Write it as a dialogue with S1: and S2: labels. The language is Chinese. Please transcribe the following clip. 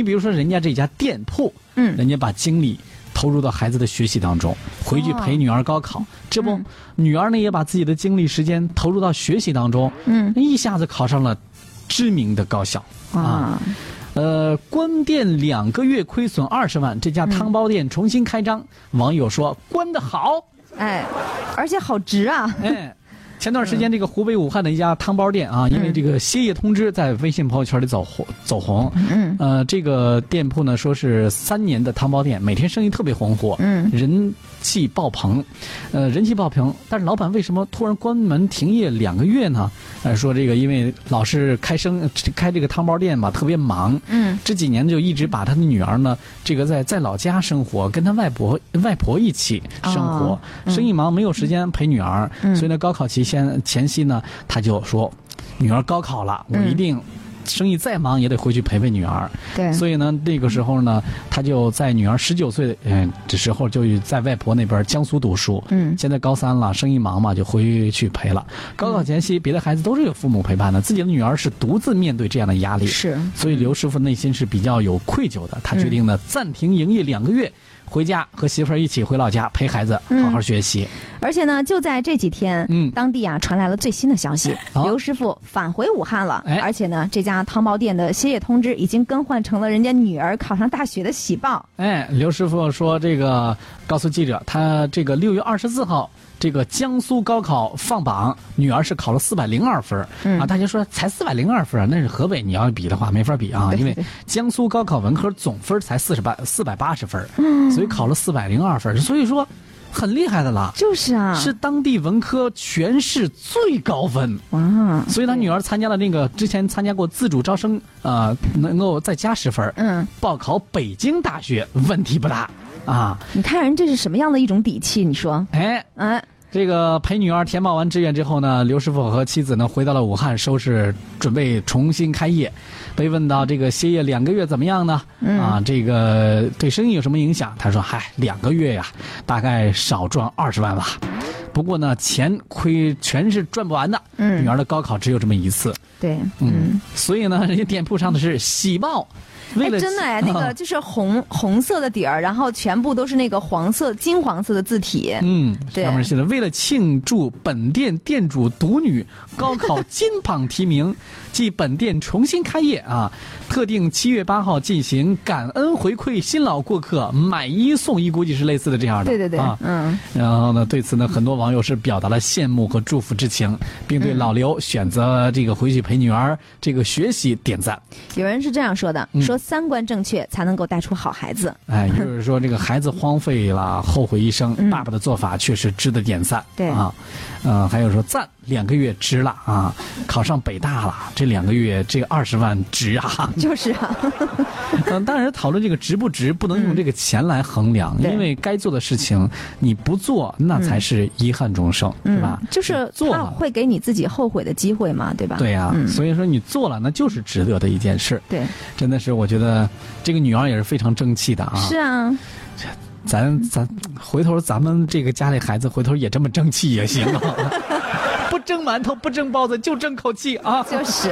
S1: 你比如说人家这家店铺，
S2: 嗯
S1: 人家把精力投入到孩子的学习当中，回
S2: 哦
S1: 去陪女儿高考，这
S2: 嗯
S1: 不，女儿呢也把自己的精力时间投入到学习当中，
S2: 嗯
S1: 一下子考上了知名的高校。啊，呃，关店两个月亏损二十万，这
S2: 嗯
S1: 家汤包店重新开张，网友说关得好。
S2: 哎，而且好值啊！
S1: 哎，前段时间这个湖北武汉的一家汤包店啊，
S2: 嗯
S1: 因为这个歇业通知在微信朋友圈里走红走红。
S2: 嗯
S1: 呃，这个店铺呢说是三年的汤包店，每天生意特别红火，
S2: 嗯
S1: 人气爆棚，呃，人气爆棚。但是老板为什么突然关门停业两个月呢？呃，说这个因为老是开生开这个汤包店嘛，特别忙，
S2: 嗯
S1: 这几年就一直把他的女儿呢，这个在在老家生活，跟他外婆呃外婆一起生活
S2: 嗯哦，嗯
S1: 生意忙没有时间陪女儿，
S2: 嗯
S1: 所以呢，高考期间前夕呢，他就说，女儿高考了，我
S2: 嗯
S1: 一定。生意再忙也得回去陪陪女儿，
S2: 对，
S1: 所以呢，那个时候呢，他就在女儿十九岁嗯的时候就在外婆那边江苏读书，
S2: 嗯
S1: 现在高三了，生意忙嘛，就回去陪了。高考前夕，别的孩子都是有父母陪伴的，自己的女儿是独自面对这样的压力，
S2: 是
S1: 所以刘师傅内心是比较有愧疚的，他决定呢暂停营业两个月，回家和媳妇儿一起回老家陪孩子
S2: 嗯
S1: 好好学习。
S2: 而且呢，就在这几天，
S1: 嗯
S2: 当地啊传来了最新的消息，
S1: 啊
S2: 刘师傅返回武汉了，
S1: 哎
S2: 而且呢，这家汤包店的歇业通知已经更换成了人家女儿考上大学的喜报。
S1: 哎，刘师傅说这个告诉记者，他这个六月二十四号。这个江苏高考放榜，女儿是考了四百零二分、
S2: 嗯
S1: 啊！大家说才四百零二分，那是河北，你要比的话没法比啊，
S2: 对
S1: 因为
S2: 对
S1: 江苏高考文科总分才四十八四百八十分，
S2: 嗯
S1: 所以考了四百零二分，所以说很厉害的啦，
S2: 就是啊，
S1: 是当地文科全市最高分。
S2: 哇，
S1: 所以他女儿参加了那个之前参加过自主招生，呃，能够再加十分儿，
S2: 嗯，
S1: 报考北京大学问题不大啊。
S2: 你看人这是什么样的一种底气？你说，
S1: 哎，
S2: 哎，
S1: 这个陪女儿填报完志愿之后呢，刘师傅和妻子呢回到了武汉，收拾准备重新开业。被问到这个歇业两个月怎么样呢？
S2: 嗯
S1: 啊，这个对生意有什么影响？他说：“嗨，两个月呀、大概少赚二十万吧。不过呢，钱亏全是赚不完的。
S2: 嗯
S1: 女儿的高考只有这么一次。”
S2: 对，
S1: 嗯，所以呢，人家店铺上的是喜报，为
S2: 哎，
S1: 了
S2: 真的哎，那个
S1: 啊
S2: 就是红红色的底儿，然后全部都是那个黄色、金黄色的字体。
S1: 嗯，
S2: 对
S1: 上面写的为了庆祝本店店主独女高考金榜题 名，即本店重新开业啊，特定七月八号进行感恩回馈新老顾客买一送一，估计是类似的这样的。
S2: 对对对，
S1: 啊，
S2: 嗯，
S1: 然后呢，对此呢，很多网友是表达了羡慕和祝福之情，并
S2: 嗯
S1: 对老刘选择这个回去陪女儿这个学习点赞。
S2: 有人是这样说的，
S1: 嗯
S2: 说三观正确才能够带出好孩子。
S1: 哎， 也就是说这个孩子荒废了，后悔一生。爸爸的做法确实值得点赞。
S2: 嗯对
S1: 啊，呃，还有说赞两个月值了啊，考上北大了，这两个月这二十万值 啊。
S2: 就是啊，
S1: 嗯、当然讨论这个值不值，不能用这个钱来衡量，
S2: 嗯对
S1: 因为该做的事情你不做，那才是遗憾终生，
S2: 嗯
S1: 是吧？
S2: 就是
S1: 做
S2: 他
S1: 了。
S2: 会给你自己后悔的机会嘛，对吧？
S1: 对啊呀、
S2: 嗯
S1: 所以说你做了，那就是值得的一件事。
S2: 对，
S1: 真的是，我觉得这个女儿也是非常争气的啊。
S2: 是啊，
S1: 咱咱回头咱们这个家里孩子回头也这么争气也行啊，不蒸馒头不蒸包子就争口气啊。
S2: 就是。